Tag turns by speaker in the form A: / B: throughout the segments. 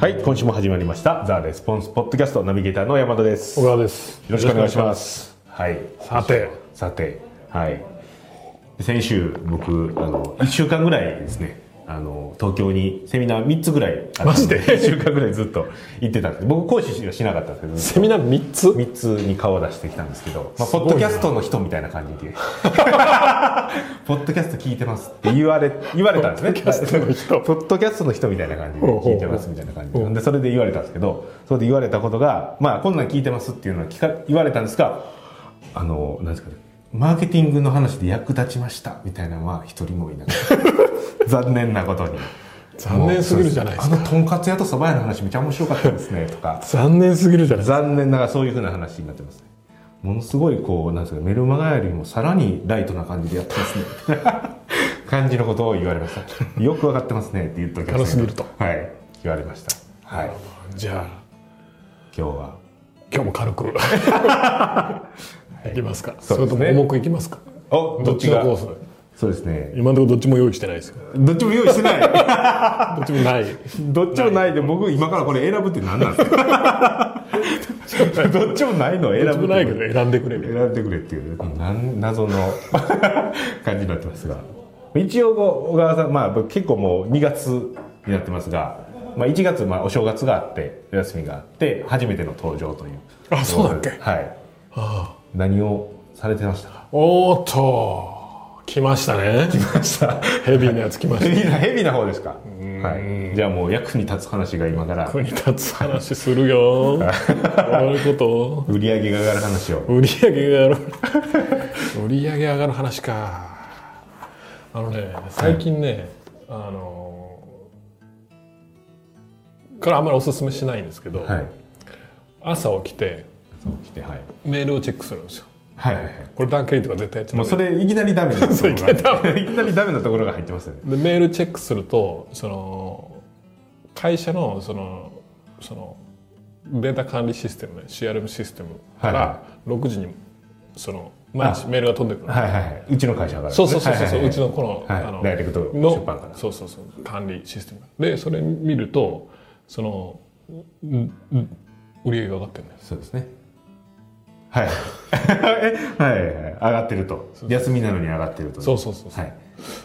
A: はい今週も始まりました「ザ・レスポンスポッドキャスト」ナビゲーターの山田です
B: 小
A: よ
B: 川です。
A: ろしくお願いしますはい
B: さて、
A: さてはい先週僕あの1週間ぐらいですねあの東京にセミナー3つぐらいあ
B: マジで
A: 1週間ぐらいずっと行ってたんですけど僕講師しかしなかったんですけどずっと
B: セミナー三つ。
A: 3つに顔を出してきたんですけど、まあ、
B: す
A: ポ
B: ごいな
A: ッドキャストの人みたいな感 じでポッドキャスト聞いてますって言わ れ言われたんですね
B: ポッドキャストの人
A: ポッドキャストの人みたいな感じで
B: ほうほうほう
A: 聞いてますみたいな感じ
B: ほ
A: で
B: う
A: でそれで言われたんですけどそれで言われたことが、まあ、こんなん聞いてますっていうのは聞か言われたんですがあのなんですかねマーケティングの話で役立ちましたみたいなのは一人もいなかっ た残念なことに
B: 残念すぎるじゃないですか
A: もうそうあのとんかつ屋とそば屋の話めちゃ面白かったですねとか
B: 残念すぎるじゃないですか。
A: 残念ながらそういうふうな話になってますねものすごいこうなんですかメルマガよりもさらにライトな感じでやってますね 感じのことを言われましたよくわかってますねって言っときま
B: 軽
A: し
B: す
A: た
B: ぎ
A: け
B: ると
A: どはい言われましたはい
B: じゃあ、
A: 今日は
B: 今日も軽く。いきますか。
A: そ
B: そう
A: で
B: れ
A: す
B: と
A: ね
B: も重くいきますか。
A: おど
B: ど
A: っ
B: っ
A: ち
B: ち
A: が
B: がコース
A: そうですね
B: 今のところどっちも用意してないです。
A: どっちも用意してない
B: どっちもない。
A: どっちもないで僕今からこれ選ぶって何なんですかど っちもないの選ぶ
B: どっちもないけ
A: ど
B: ど選んでくれみたいな。
A: 選んでくれっていうなん謎の 感じになってますが一応小川さん、まあ、僕結構もう2月になってますが、まあ、1月まあお正月があってお休みがあって初めての登場という
B: あそうだっけ
A: はい
B: あ
A: 何をされてましたか
B: あおーっと、来ましたね。ヘビーなやつ来ま
A: ヘ
B: し
A: ビな ヘビな方ですか、はい、じゃあもう役に立つ話が今から
B: た。国立つ話す るよ。どういうこと
A: 売り上げが上がる話を
B: 売り上げが上がる 売り上げ上がる話かあのね最近ね、あのこれあんまりおすすめしないんですけど、
A: はい
B: 朝起きて
A: そう来てはい
B: メールをチェックするんですよ
A: はいはいはい
B: これ段階とか絶対やっちゃ
A: も
B: ダ
A: う
B: メ
A: そ れいきなりダメなところ
B: そういきなりダ
A: がいきなりダメなところが入ってますよね
B: でメールチェックするとその会社のそのそのデータ管理システムね CRM システムか
A: はいは
B: ら6時にその毎日メールが飛んでくる
A: はいはいはいうちの会社から、ね、
B: そうそうそうそう、
A: はいはいはいう
B: ちのこの,、
A: はい
B: あの
A: ダイレクト
B: の
A: 出版から
B: そうそうそう管理システムでそれ見るとそのんん売り上げが上がってるんだよ
A: そうですねはい えはいはいはい上がってると休みなのに上がってると
B: そうそうそうそう、
A: はい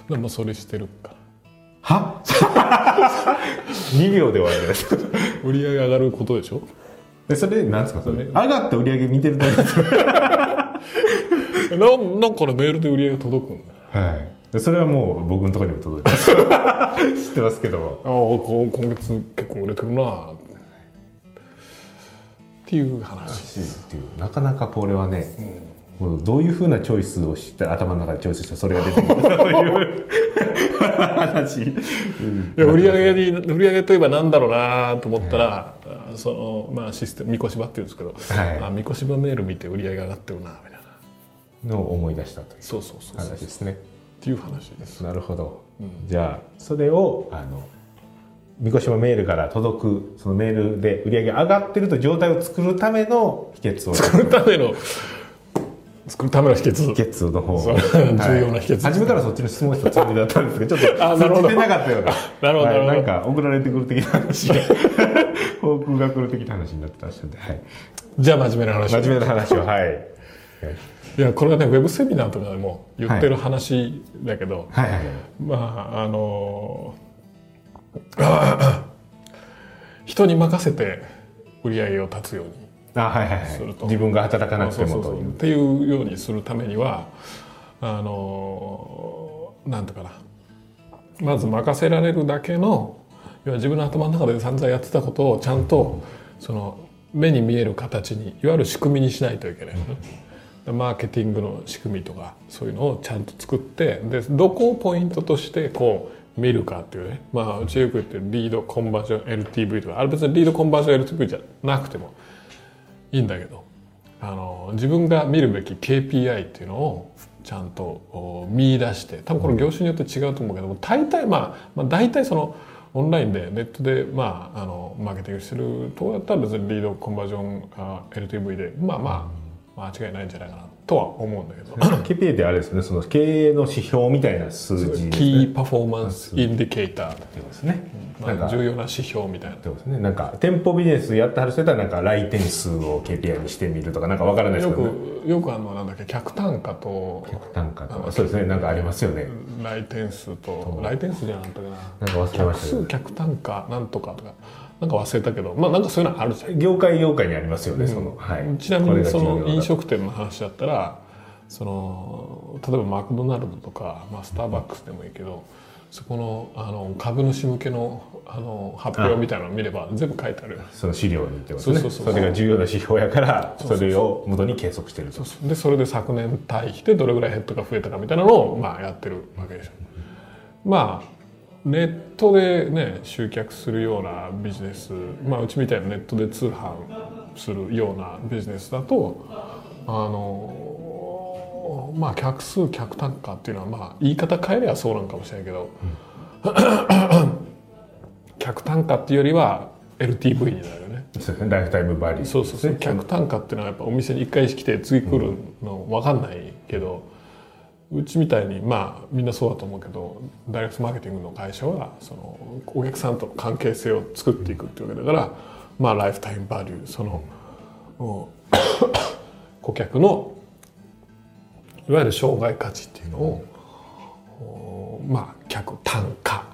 B: でもうそれしてるから
A: は 2秒で終わりです
B: 売り上げ上がることでしょ
A: でそれなんですかそれ上がった売り上げ見てるだけです
B: なんなんかねメールで売り上げ届くんだよ
A: はいでそれはもう僕のところにも届いてます知ってますけ ども
B: ああこ今月結構売れてるなっていう話
A: っていうなかなかこれはね、もうどういうふうなチョイスをした頭の中でチョイスしたらそれが出てくるという 話、うん
B: いや売り上げに売り上げといえばなんだろうなと思ったら、あそのまあシステムみこしばっていうんですけど、
A: はい
B: あみこしばメール見て売り上げ上がってるなみたいな
A: のを思い出したという
B: そうそうそうそう
A: 話ですね。
B: っていう話です。
A: なるほど、じゃあそれをあの三越島メールから届くそのメールで売り上げ上がってると状態を作るための秘訣を
B: 作るための作るための秘
A: 秘
B: 訣。
A: 訣の方を
B: そう重要な秘訣
A: 初めからそっちの質問したつもりだったんですけどちょっ
B: あ
A: と
B: なるほど
A: 信じてなかったような
B: な
A: は
B: るほど
A: い
B: なるほど
A: なんか送られてくる的な話が 報告が来る的な話になってましたんで、はい、
B: じゃあ真面目な話。
A: 真面目な話をはい
B: いやこれはねウェブセミナーとかでも言ってる話だけど、
A: はいはいはい
B: まああのあー 人に任せて売り上げを立つように
A: あはいはい
B: する
A: はい
B: と
A: 自分が働かなく
B: そ
A: て
B: うそ
A: も
B: うそ
A: という
B: っ
A: う
B: ていうようにするためにはあのなんとかなまず任せられるだけの要は自分の頭の中で散々やってたことをちゃんとその目に見える形にいわゆる仕組みにしないといけない、でマーケティングの仕組みとかそういうのをちゃんと作ってでどこをポイントとしてこう見るかっていうねまあうちよく言ってるリードコンバージョン LTV とかあれ別にリードコンバージョン LTV じゃなくてもいいんだけどあの自分が見るべき KPI っていうのをちゃんとお見出して多分これ業種によって違うと思うけども大体まあ、まあ、大体そのオンラインでネットで、まあ、あのマーケティングしてるとこだったら別にリードコンバージョンあ LTV でまあまあ間違いないんじゃないかなとは思うんだけど、
A: KPI ってあれですねその経営の指標みたいな数字
B: キ
A: ですね
B: ーパフォーマンスインディケーター、
A: ってことですね、
B: ま
A: なんか
B: あ、
A: って
B: 重要な指標みたいな。
A: ことですねなんか店舗ビジネスやってはる人やったらなんか来店数を KPI にしてみるとかなんかわからないです
B: よ
A: けど、ね、
B: くよくあのなんだっけ客単価と
A: なんかそうですねなんかありますよね、
B: 来店数と来店数じゃなかったかな
A: なんか忘れま
B: 客
A: したけ
B: 数客単価なんとかとかなんか忘れたけどまあなんかそういうのあるじゃん
A: ど業界業界にありますよね、そのはい
B: ちなみにそ
A: これが重要
B: の
A: だ
B: 飲食店の話だったらその例えばマクドナルドとか、まあ、スターバックスでもいいけどそこのあの株主向けのあの発表みたいなの見れば全部書いてある
A: その資料にってことね
B: そうそうそう
A: れが重要な指標やから
B: そうそ
A: そうれを元に計測してると
B: でそれで昨年対比でどれぐらいヘッドが増えたかみたいなのを、まあ、やってるわけでしょまあネットでね集客するようなビジネス、まあ、うちみたいなネットで通販するようなビジネスだとあのまあ客数客単価っていうのはまあ言い方変えればそうなんかもしれないけど、客単価っていうよりは LTV になるよね
A: そうですねライフタイムバリュー
B: そうそうそう客単価っていうのはやっぱお店に1回来て次来るの分かんないけど、うちみたいにまあみんなそうだと思うけどダイレクトマーケティングの会社はそのお客さんとの関係性を作っていくっていうわけだから、まあライフタイムバリューその、もう顧客のいわゆる障害価値っていうのを、おまあ客単価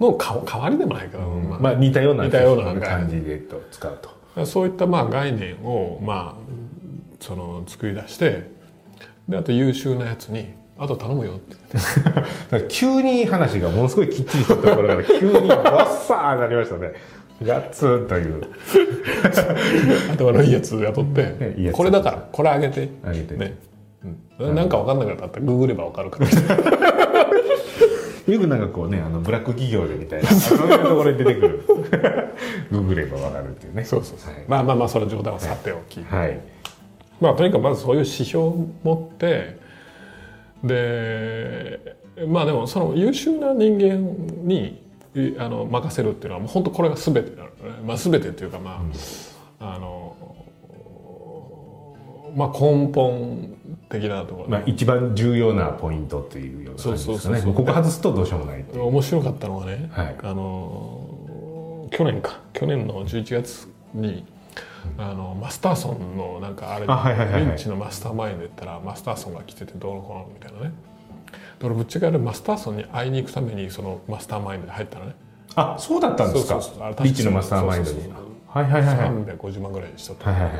B: のか代わりでもないけど、まあ
A: まあ似たような
B: 似たような感じ
A: 感じでと使うと
B: そういったまあ概念をまあその作り出してであと優秀なやつに「あと頼むよ」って
A: だから急に話がものすごいきっちりしたところから急にわっさーなりましたねガッツンという
B: 「頭のいいやつ雇って、
A: ねいいやつ
B: これだからこれあげて」
A: あげて
B: ねうん、なんか分かんなかったらググれば分かるから
A: よくなんかこうねあのブラック企業でみたいなそういうところに出てく るググればわかるっていうねそうそうそう
B: まあまあまあそれは冗談はさておき、
A: はい
B: まあとにかくまずそういう指標を持ってでまあでもその優秀な人間にいあの任せるっていうのはもう本当これが全てなのね、まあ、全てというかまあ、あのまあ根本的なところ、
A: まあ一番重要なポイントというような感じ
B: そう
A: で
B: そ
A: すか
B: うそう
A: ね
B: そう
A: ここ外すとどうしようもないっていう
B: 面白かったのはね、
A: はい
B: あの去年か去年の11月にあのマスターソンのなんかあれ
A: あはいはいはいはい
B: リンチのマスターマインド行ったらマスターソンが来ててどうのこうのみたいなねで俺ぶっちゃけあれマスターソンに会いに行くためにそのマスターマインドに入ったのね
A: あそうだったんですか
B: そうそうそうあれ確か
A: ビッチのマスターマインド
B: そ
A: に
B: うそうそう
A: はいはいはいはいはい
B: 350万ぐらいしとった、
A: はいはい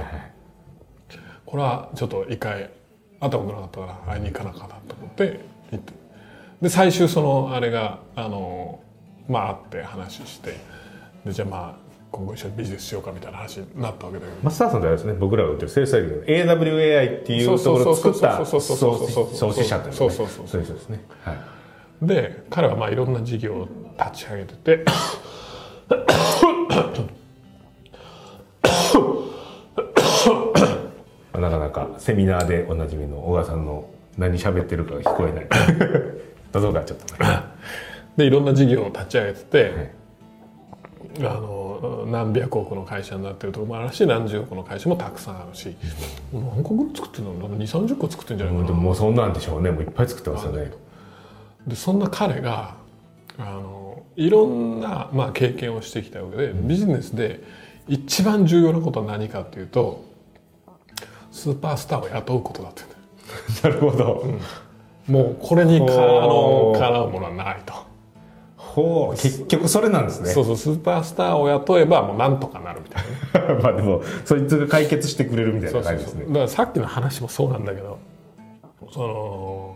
B: これはちょっと一回会ったことなかったから会いに行かなかったと思って行ってで最終そのあれがあのまあ会って話してでじゃあまあ今後一緒にビジネスしようかみたいな話になったわけだけど
A: マスターさんってあれですね僕らが売ってるセールサイドの AWAI っていうところを作った
B: そう
A: 創
B: そうそうそうそうそう
A: 始者というかね
B: そうそうそう
A: そうですねはい
B: で彼はまあいろんな事業を立ち上げてて
A: なかなかセミナーでおなじみの小川さんの何喋ってるかが聞こえない 謎がちょっとね
B: でいろんな事業を立ち上げてて、あの何百億の会社になってるところもあるし何十億の会社もたくさんあるし何個ぐらい作ってるの2 3 0個作ってるんじゃないかな
A: でももうそんなんでしょうねもういっぱい作ってますよね
B: でそんな彼があのいろんな、まあ、経験をしてきたわけでビジネスで一番重要なことは何かっていうとスーパースターを雇うことだって言うんだ
A: なる
B: よ
A: ほど、
B: もうこれにかあの
A: ほう
B: かなうものはないと、
A: ほう結局それなんですね
B: そうそうスーパースターを雇えばもうなんとかなるみたい な。
A: まあでもそいつが解決してくれるみたいな感じですね
B: だからさっきの話もそうなんだけどその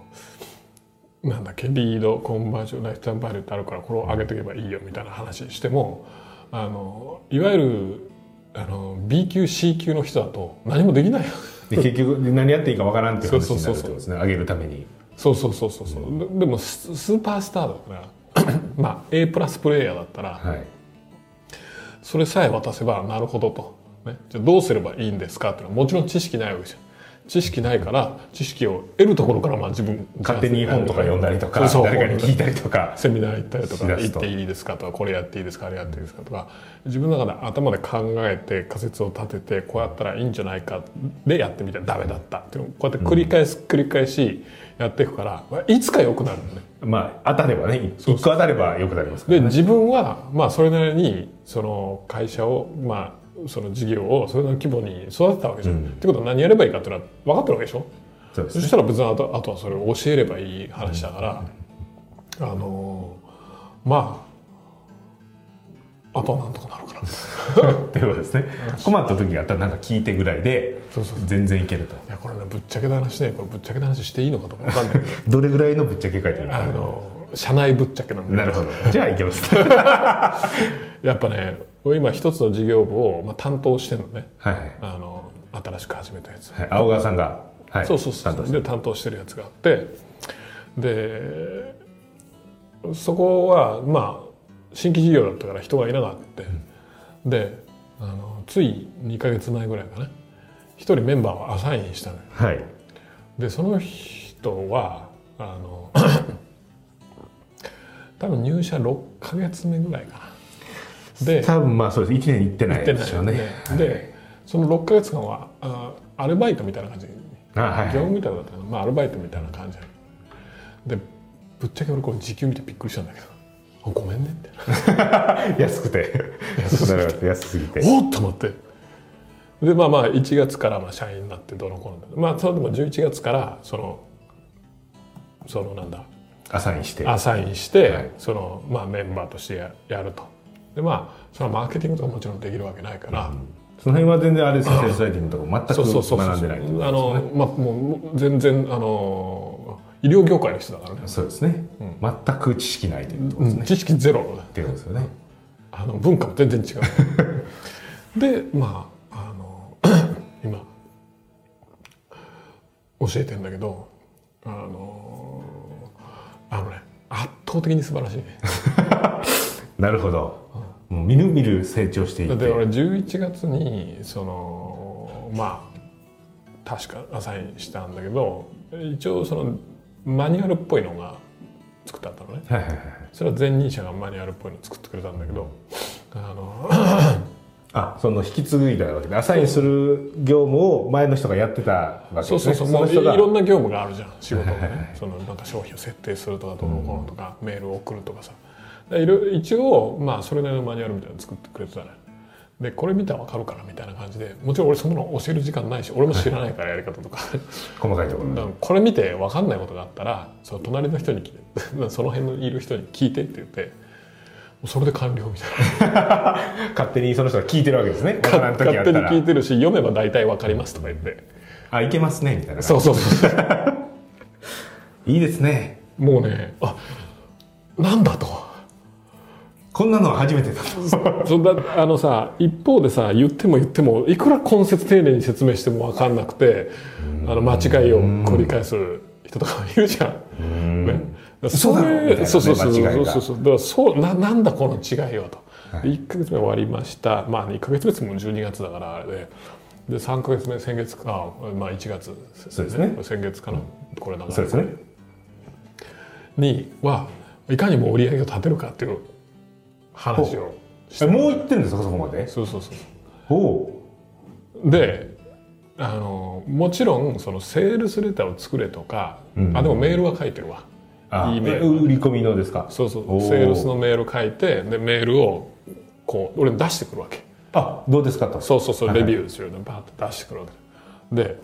B: なんだっけリードコンバージョンライフタイムバリューってあるからこれを上げていけばいいよみたいな話してもあのいわゆるあの B 級 C 級の人だと何もできないよ
A: で結局何やっていいかわからんっていう話になるって
B: そうそうそう
A: こ
B: そ
A: と
B: う
A: ですね上げるために
B: そうそうそうそうそうででもススーパースターだからまあ A プラスプレイヤーだったら
A: はい
B: それさえ渡せばなるほどと、ね、じゃあどうすればいいんですかっていうのはもちろん知識ないわけじゃん知識ないから知識を得るところからまあ自分
A: 勝手に本とか読んだりとか
B: そうそう
A: 誰かに聞いたりとか
B: セミナー行ったりとか
A: しだ
B: 行
A: す
B: っ
A: と
B: ていいですかとかこれやっていいですかあれやっていいですかとか自分の中で頭で考えて仮説を立ててこうやったらいいんじゃないかでやってみてダメだったっていうのをこうやって繰り返す繰り返しやっていくからいつか良くなるのね。
A: まあ当たればね一個当たればよくなりますから
B: で自分はまあそれなりにその会社をまあその事業をそれなりの規模に育てたわけじゃん。ってことは何やればいいかっていうのは分かってるわけでしょ
A: そう です
B: そ
A: ね
B: したら別にあとあとはそれを教えればいい話だから、あのーまああとはなんとかなるかない
A: っていうことですね困った時があったらなんか聞いてぐらいで
B: そうそう
A: 全然いけると
B: やこれねぶっちゃけた話ねこれぶっちゃけた話していいのかとか分かんないけど
A: どれぐらいのぶっちゃけ書いてるの
B: あ
A: か
B: のー社内ぶっちゃけなんで
A: なるほどじゃあいけます はい
B: やっぱね俺今一つの事業部を、まあ、担当してるのね
A: はい
B: あのー新しく始めたやつ、
A: はい青川さんがはい
B: そうそうそ
A: 担当
B: う
A: し
B: で担当してるやつがあってでそこはまあ新規事業だったから人がいなかった、であのつい2ヶ月前ぐらいかな一人メンバーをアサインしたのよ
A: はい
B: でその人はあの 多分入社6ヶ月目ぐらいかなで
A: 多分まあそうです1年行ってな
B: 行
A: い
B: って
A: で
B: ない
A: す
B: よ
A: よ
B: ね
A: ね
B: でその6ヶ月間はあアルバイトみたいな感じ
A: あはい
B: 業
A: はい
B: 務みたいだったのまあアルバイトみたいな感じでぶっちゃけ俺これ時給見てびっくりしたんだけどあごめんねって
A: 安くて
B: 安すぎて
A: なるほど安すぎて
B: おっと思ってでまあまあ1月からまあ社員になってどうのこうのまあそれでも11月からそのそのなんだ
A: アサインして
B: アサインして、
A: はい
B: そのまあメンバーとしてややるとでまあそのマーケティングとかもちろんできるわけないから、
A: その辺は全然あれですねセールスライティングとか
B: そうそ
A: 全
B: うそ
A: く
B: うそう
A: 学んでないってことですね
B: あのまあもう全然あの医療業界の人だからね
A: そうですね、全く知識ないというところですね、
B: 知識ゼロ
A: っていうことですよね
B: あの文化も全然違うでまああの今教えてんだけどあのあのね圧倒的に素晴らしいね
A: なるほど、もうみるみる成長してい
B: だ
A: っ
B: って
A: て
B: 俺11月にそのまあ確かアサインしたんだけど一応そのマニュアルっぽいのが作ってあったのね
A: はいはいはい
B: それは前任者がマニュアルっぽいの作ってくれたんだけどあの
A: あその引き継いだわけでアサインする業務を前の人がやってたわけですね
B: そうそうそう、
A: の
B: もういい
A: 人が
B: ろんな業務があるじゃん仕事もねそのなんか商品を設定するとかどうのこうのとか、メールを送るとかさでいろ一応まあそれなりのマニュアルみたいなの作ってくれてたねでこれ見たら分かるからみたいな感じでもちろん俺そんなの教える時間ないし俺も知らないからやり方とか
A: 細かいところ、
B: だからこれ見て分かんないことがあったらその隣の人に聞いて その辺のいる人に聞いてって言ってもうそれで完了みたいな
A: 勝手にその人が聞いてるわけですねわからん時あっ
B: 勝手
A: た
B: に聞い
A: ら
B: てるし読めば大体分かりますとか言って
A: あいけますねみたいな
B: そうそうそう
A: いいですね
B: もうねあなんだと
A: こんなのは初めてだと
B: そんなあのさ一方でさ言っても言ってもいくら根節丁寧に説明しても分かんなくてあの間違いを繰り返す人とかもいるじゃん。ね
A: 嘘だろみたいなね
B: そうそうそ
A: 間違
B: うそ
A: いうが
B: そうそうだからそうななんだこの違いはと、で1か月目終わりましたまあ2か月目ってもう12月だからあれでで3か月目先月かまあ1月、
A: そうですね
B: 先月かな、これだから
A: そうですね
B: にはいかにも売り上げを立てるかっていう話をして
A: えもう行ってるんですかそこまで
B: そうそうそう
A: おお
B: であのもちろんそのセールスレターを作れとか、あでもメールは書いてるわ
A: あ
B: いい
A: え
B: メール
A: 売り込みのですか
B: そうそう
A: おー
B: セールスのメール書いてでメールをこう俺に出してくるわけ
A: あどうですかと
B: そうそうそうレビューするのバーッと出してくるわけで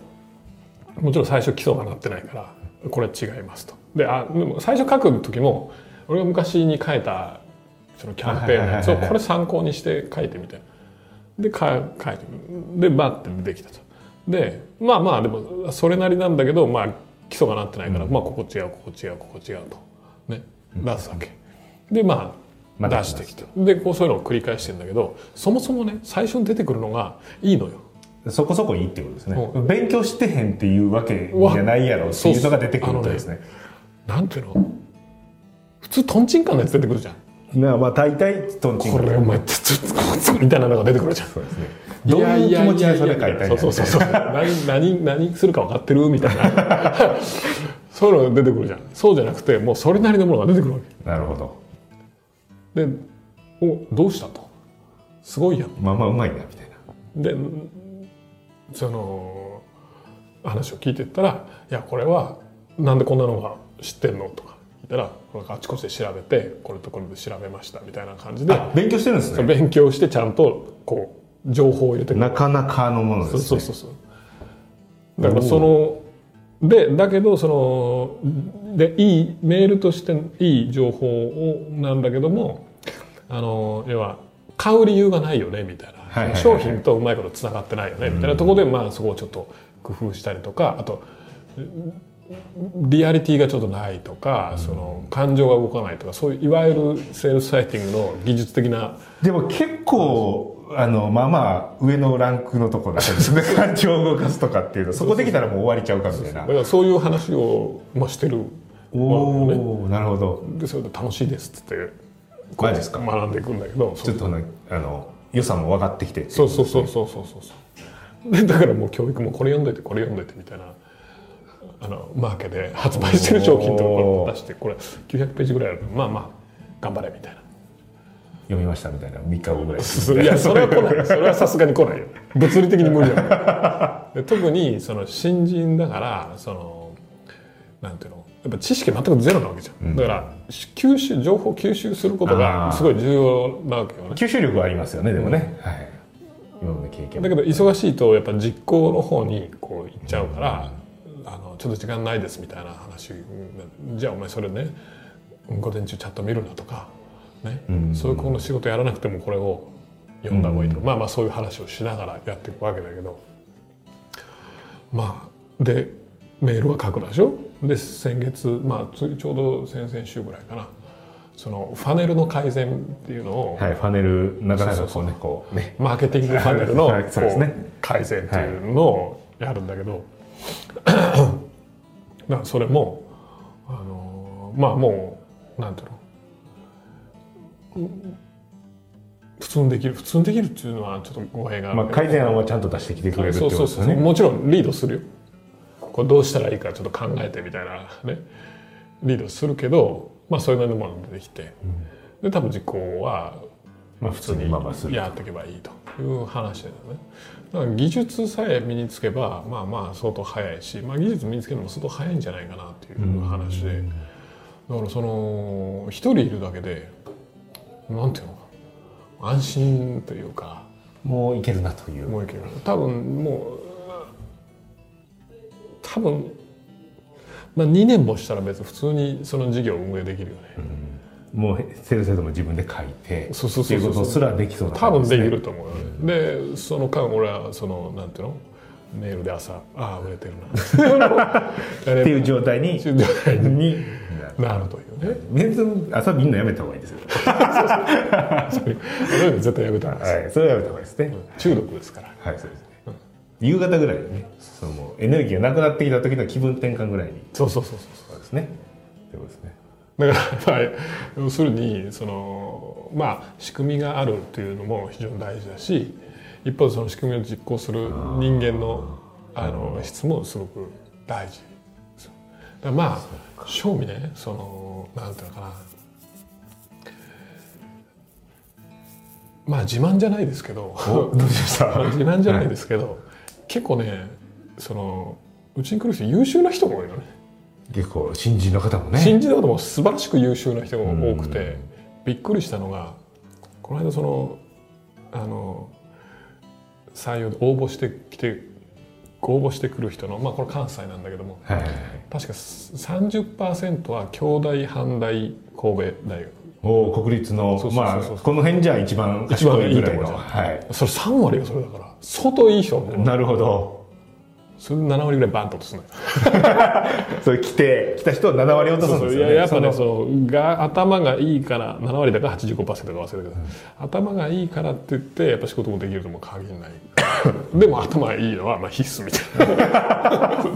B: もちろん最初基礎がなってないからこれ違いますとであでも最初書く時も俺が昔に書いたそのキャンペーンのやつを
A: はいはいはいはい
B: これ参考にして書いてみてでか書いてみるでバッてできたとでまあまあでもそれなりなんだけどまあ基礎がなってないから、まあここ違うここ違うここ違うとね出すわけでまあ
A: また
B: 出してきてでこうそういうのを繰り返してんだけどそもそもね最初に出てくるのがいいのよ
A: そこそこいいってことですね
B: う
A: 勉強してへんっていうわけじゃないやろっていうのが出てくるってことですね
B: なんていうの普通トンチンカンのやつ出てくるじゃん
A: まあまあ大体トンチン
B: こ
A: カン
B: れお前ちょっとこいつみたいなのが出てくるじゃん
A: そうですねどういう気持ちでそれ書いたんや
B: そうそうそうそう何何何するか分かってるみたいなそういうのが出てくるじゃんそうじゃなくてもうそれなりのものが出てくるわ
A: なるほど
B: けでおどうしたとすごいやん
A: まあまあうまいなみたいな
B: でその話を聞いてったら「いやこれはなんでこんなのが知ってんの?」とか聞いたら「なんかあちこちで調べてこれとこれで調べました」みたいな感じで、
A: あ勉強してるんです
B: その
A: ね
B: 勉強してちゃんとこう情報を入れてくる
A: なかなかのものです
B: そう
A: ね
B: そうそうそうだからそのでだけどそのでいいメールとしていい情報をなんだけどもあの要は買う理由がないよねみたいな、
A: はいはいはい
B: 商品とうまいことつながってないよねみたいなところで、まあそこをちょっと工夫したりとかあとリアリティがちょっとないとか、その感情が動かないとかそういういわゆるセールスサイティングの技術的な
A: でも結構あのまあまあ上のランクのとこだったんですね感情を動かすとかっていうとそこできたらもう終わりちゃうかみたい
B: だ
A: な
B: からそういう話を、まあ、してる
A: おおなるほど
B: でそれで楽しいですっつってこう
A: マジですか
B: 学んでいくんだけど
A: ちょっとねあの良さも分かってきて
B: そうそうそうそうそうそうそうでだからもう教育もこれ読んでてこれ読んでてみたいなあのマーケで発売してる商品とかこ
A: お
B: れ
A: ー
B: 出してこれ900ページぐらいあるまあまあ頑張れみたいな
A: 読みましたみたいな3日後ぐらい
B: そういやそれは来ないそれはさすがに来ないよ物理的に無理だ もんで特にその新人だからそのなんていうのやっぱ知識全くゼロなわけじゃん、だから吸収情報を吸収することが
A: あー
B: すごい重要なわけよね
A: 吸収力はありますよねでもね、はい今まで経験
B: だけど忙しいとやっぱ実行の方にこう行っちゃうから、あのちょっと時間ないですみたいな話うんじゃあお前それね午前中チャット見るなとか、ねそういう子の仕事やらなくてもこれを読んだ方がいいとか、まあまあそういう話をしながらやっていくわけだけどまあでメールは書くでしょで先月、まあ、つちょうど先々週ぐらいかなそのファネルの改善っていうのを、
A: はいファネルなかなかこうねこうね
B: マーケティングファネルの
A: はいそうですね
B: こう改善っていうのをやるんだけど、 だからそれもあのーまあもうなんていうのうん普通にできる普通にできるっていうのはちょっと語弊がある
A: まあ
B: けど
A: 改善案はちゃんと出してきてくれるってこ
B: そう
A: と
B: そう
A: です
B: そ
A: よ
B: う、
A: ね
B: もちろんリードするよこれどうしたらいいかちょっと考えてみたいなねリードするけどまあそれなりのものが出てきて、で多分実行は
A: まあ普通にまあまあする
B: やっていけばいいという話だよねだから技術さえ身につけばまあまあ相当早いし、まあ、技術身につけるのも相当早いんじゃないかなっていう話で、だからその一人いるだけでなんていうのかな安心というか
A: もういけるなという
B: もういける多分もう多分まあ2年もしたら別に普通にその事業を運営できるよね、
A: もうセールス制度も自分で書いて
B: そうそう
A: って
B: そ
A: い
B: うそう
A: うことすらできそうな
B: 多
A: 感
B: 分
A: じ
B: でき
A: すね
B: ると思うよね、でその間俺はそのなんていうのメールで朝「ああ売れてるな」って
A: っていう状態にに
B: なるというね
A: 面接朝みんなやめた方がいいですよ、
B: それそれ絶対やめたら
A: はい、それはやめた方がいいですね、
B: 中毒ですから
A: はいそうですね、夕方ぐらいにねそのもうエネルギーがなくなってきた時の気分転換ぐらいに
B: そうそうそうそう
A: そうですねってことですね
B: だから、まあ、要するにその、まあ、仕組みがあるというのも非常に大事だし一方でその仕組みを実行する人間のあの質もすごく大事ですよだからまあ正味ねそのなんていうのかなまあ自慢じゃないですけど
A: おどうしました
B: まあ自慢じゃないですけど結構ねそのうちに来る人優秀な人が多いのね。
A: 結構新人の方もね
B: 新人のことも素晴らしく優秀な人が多くてびっくりしたのがこの間そのあの採用で応募してきて応募してくる人のまあこれ関西なんだけども
A: はいはいはい
B: 確か30%は京大阪大神戸大学
A: おー国立の
B: そうそう
A: ま
B: そ
A: あ
B: うそう
A: この辺じゃ一番
B: 一番いいとこ
A: ぐらの
B: じゃん
A: はい
B: それ3割がそれだから相当いい人なの
A: なるほど
B: それで7割ぐらいバンと落とすのよ
A: それ来て来た人を7割落とすん
B: そう
A: です
B: い
A: よ
B: や
A: ね
B: やっぱね
A: そ
B: そのが頭がいいから7割だか85%だか忘れたけど、頭がいいからって言ってやっぱ仕事もできるとも限らない でも頭がいいのはまあ必須みたいな
A: のとりあ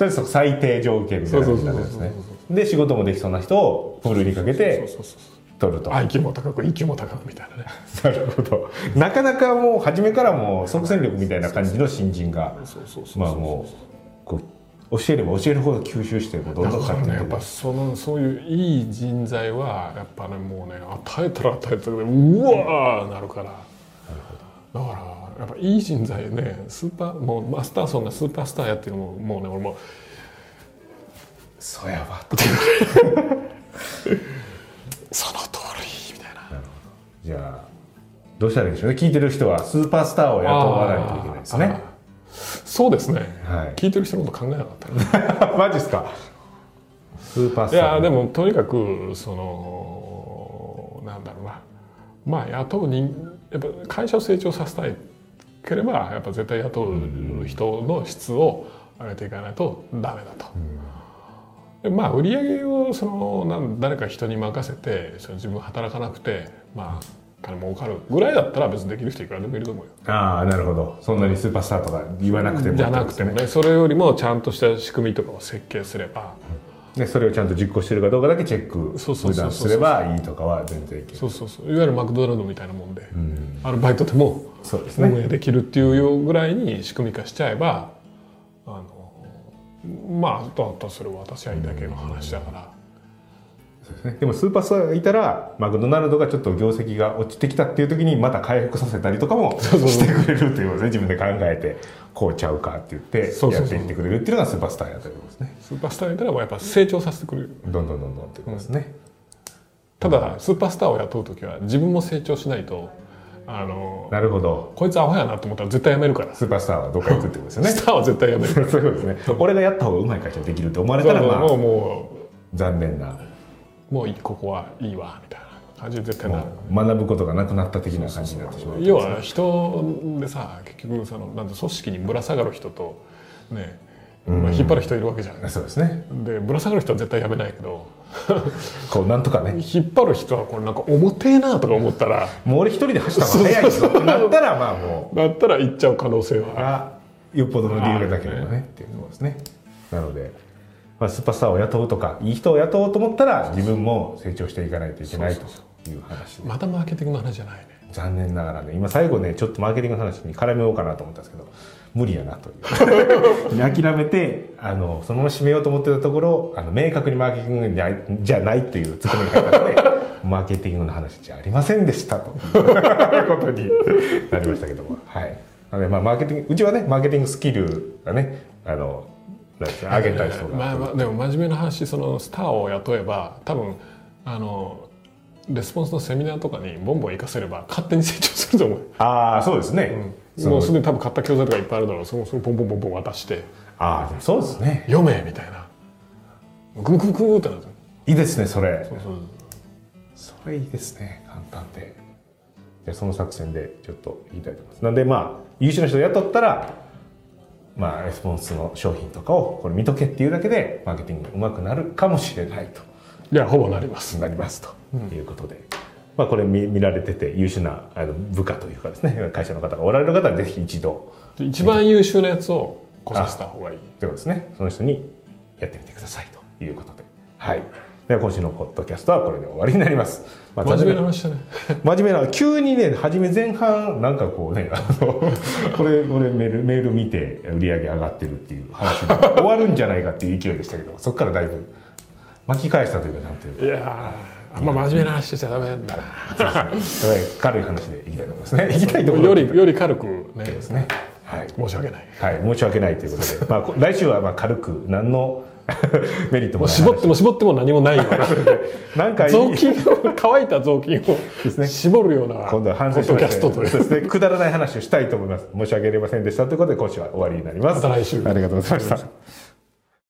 A: えずその最低条件みたいな感じになるんですねで仕事もできそうな人をプールにかけて
B: そうそうそう
A: 取ると
B: IQ も高く EQ も高くみたいなね
A: なるほどなかなかもう初めからもう即戦力みたいな感じの新人が
B: そうそうそう
A: まあもうこう教えれば教えるほど吸収してもうどん
B: だ
A: どん
B: か
A: 勝
B: ら
A: ってい
B: ねやっ
A: く
B: ぱそのそういういい人材はやっぱねもうね与えたら与えたらうわーなるからだからやっぱいい人材ねスーパーもうマスターソンがスーパースターやっていうのももうね俺も
A: そうやわ
B: その通りみたいな
A: じゃあどうしたらいいでしょうね聞いてる人はスーパースターを雇わないといけないですね
B: あーそうですね、
A: はい
B: 聞いてる人のこと考えなかった ね
A: マジっすかスーパース
B: い
A: ター
B: やーでもとにかくそのなんだろうなまあ雇う人やっぱ会社を成長させたいければやっぱ絶対雇う人の質を上げていかないとダメだと。でまあ売り上げをそのなん誰か人に任せてその自分働かなくてまあ金儲かるぐらいだったら別にできる人いくらでもいると思うよ。
A: ああなるほどそんなにスーパースターとか言わなくても
B: じゃなくてもねそれよりもちゃんとした仕組みとかを設計すれば
A: でそれをちゃんと実行してるかどうかだけチェック
B: そうそうそうそう
A: 無断すればいいとかは全然いける
B: そうそうそういわゆるマクドナルドみたいなもんで、アルバイトでも
A: そうですね
B: 運営できるっていうぐらいに仕組み化しちゃえばあのまああとあとはそれは私はいいだけの話だから、
A: でもスーパースターがいたらマクドナルドがちょっと業績が落ちてきたっていう時にまた回復させたりとかもしてくれるということですね自分で考えてこうちゃうかって言って
B: そう
A: や
B: そう
A: っ
B: そう
A: ていってくれるっていうのがスーパースターやということですね
B: スーパースターがいたらやっぱ成長させてくれる
A: どんどんどんどんっていうことですね、
B: ただスーパースターを雇う時は自分も成長しないとあの
A: なるほど
B: こいつアホやなと思ったら絶対やめるから、
A: スーパースターはどっか行くってことですよね
B: スターは絶対やめ る
A: そういうことですね俺がやった方がうまい会社できると思われ
B: だ
A: た
B: からら
A: ま
B: もう
A: あ
B: も
A: 残念な
B: うもういいここはいいわみたいな感じで絶対なる。
A: 学ぶことがなくなった的な感じになってしまう
B: 要は人でさ結局そのなんて組織にぶら下がる人とね、まあ、引っ張る人いるわけじゃないです
A: そうですね
B: かでぶら下がる人は絶対やめないけど
A: こうなんとかね
B: 引っ張る人はこれなんか重てえなとか思ったら
A: もう俺一人で走った方が早いぞってなったらまあもう
B: だったら行っちゃう可能性は
A: がよっぽどの理由がなければねっていうことですね。なので、まあ、スーパースターを雇うとかいい人を雇おうと思ったら自分も成長していかないといけないという話で
B: またマーケティングの話じゃないね
A: 残念ながらね今最後ねちょっとマーケティングの話に絡めようかなと思ったんですけど無理やなという 諦めてあのそのまま締めようと思ってたところあの明確にマーケティングじゃないじゃないというツッコミがあった のでマーケティングの話じゃありませんでしたという ことになりましたけどもはいなのでまあマーケティングうちはねマーケティングスキルがねあのなんですか上げた人が、
B: まあまあでも真面目な話そのスターを雇えば多分あのレスポンスのセミナーとかにボンボン行かせれば勝手に成長すると思う
A: ああそうですね、その
B: もうすでに多分買った教材とかいっぱいあるだろうそのそれボンボンボンボン渡して
A: ああでもそうですね
B: 読めみたいなグググググってなる
A: いいですねそれ
B: そう
A: それいいですね簡単でじゃあその作戦でちょっと言いたいと思いますなんでまあ優秀な人を雇ったらまあレスポンスの商品とかをこれ見とけっていうだけでマーケティングがうまくなるかもしれないと
B: いやほぼなります
A: なりますということで、まあこれ見見られてて優秀なあの部下というかですね会社の方がおられる方はぜひ一度
B: で一番優秀なやつを来させた方がいい
A: ということですねその人にやってみてくださいということではいでは今週のポッドキャストはこれで終わりになります、まあ
B: 真面目な話だね
A: 真面目な急にね初め前半なんかこうねあの これこれメールメール見て売り上げ上がってるっていう話が終わるんじゃないかっていう勢いでしたけど そこからだいぶ巻き返したというかなんていうか
B: いやーあんま真面目な話しちゃダメだな
A: 軽い話でいきたいと思います ねいきたいところ
B: よりより軽くね
A: ですねはい、
B: 申し訳ない
A: はい、申し訳ないという ことで、まあこ、来週はまあ軽く何の メリットも
B: もう
A: ない
B: 絞っても絞っても何もないよ うな
A: なんかいい
B: 雑巾を乾いた雑巾
A: ね
B: を絞るようなポ
A: 今度は反省
B: ッ
A: し
B: ド
A: ま
B: キ
A: して
B: ャストという
A: そうですねくだらない話をしたいと思います申しませんでしたということで今週は終わりになります
B: また来週
A: ありがとうございました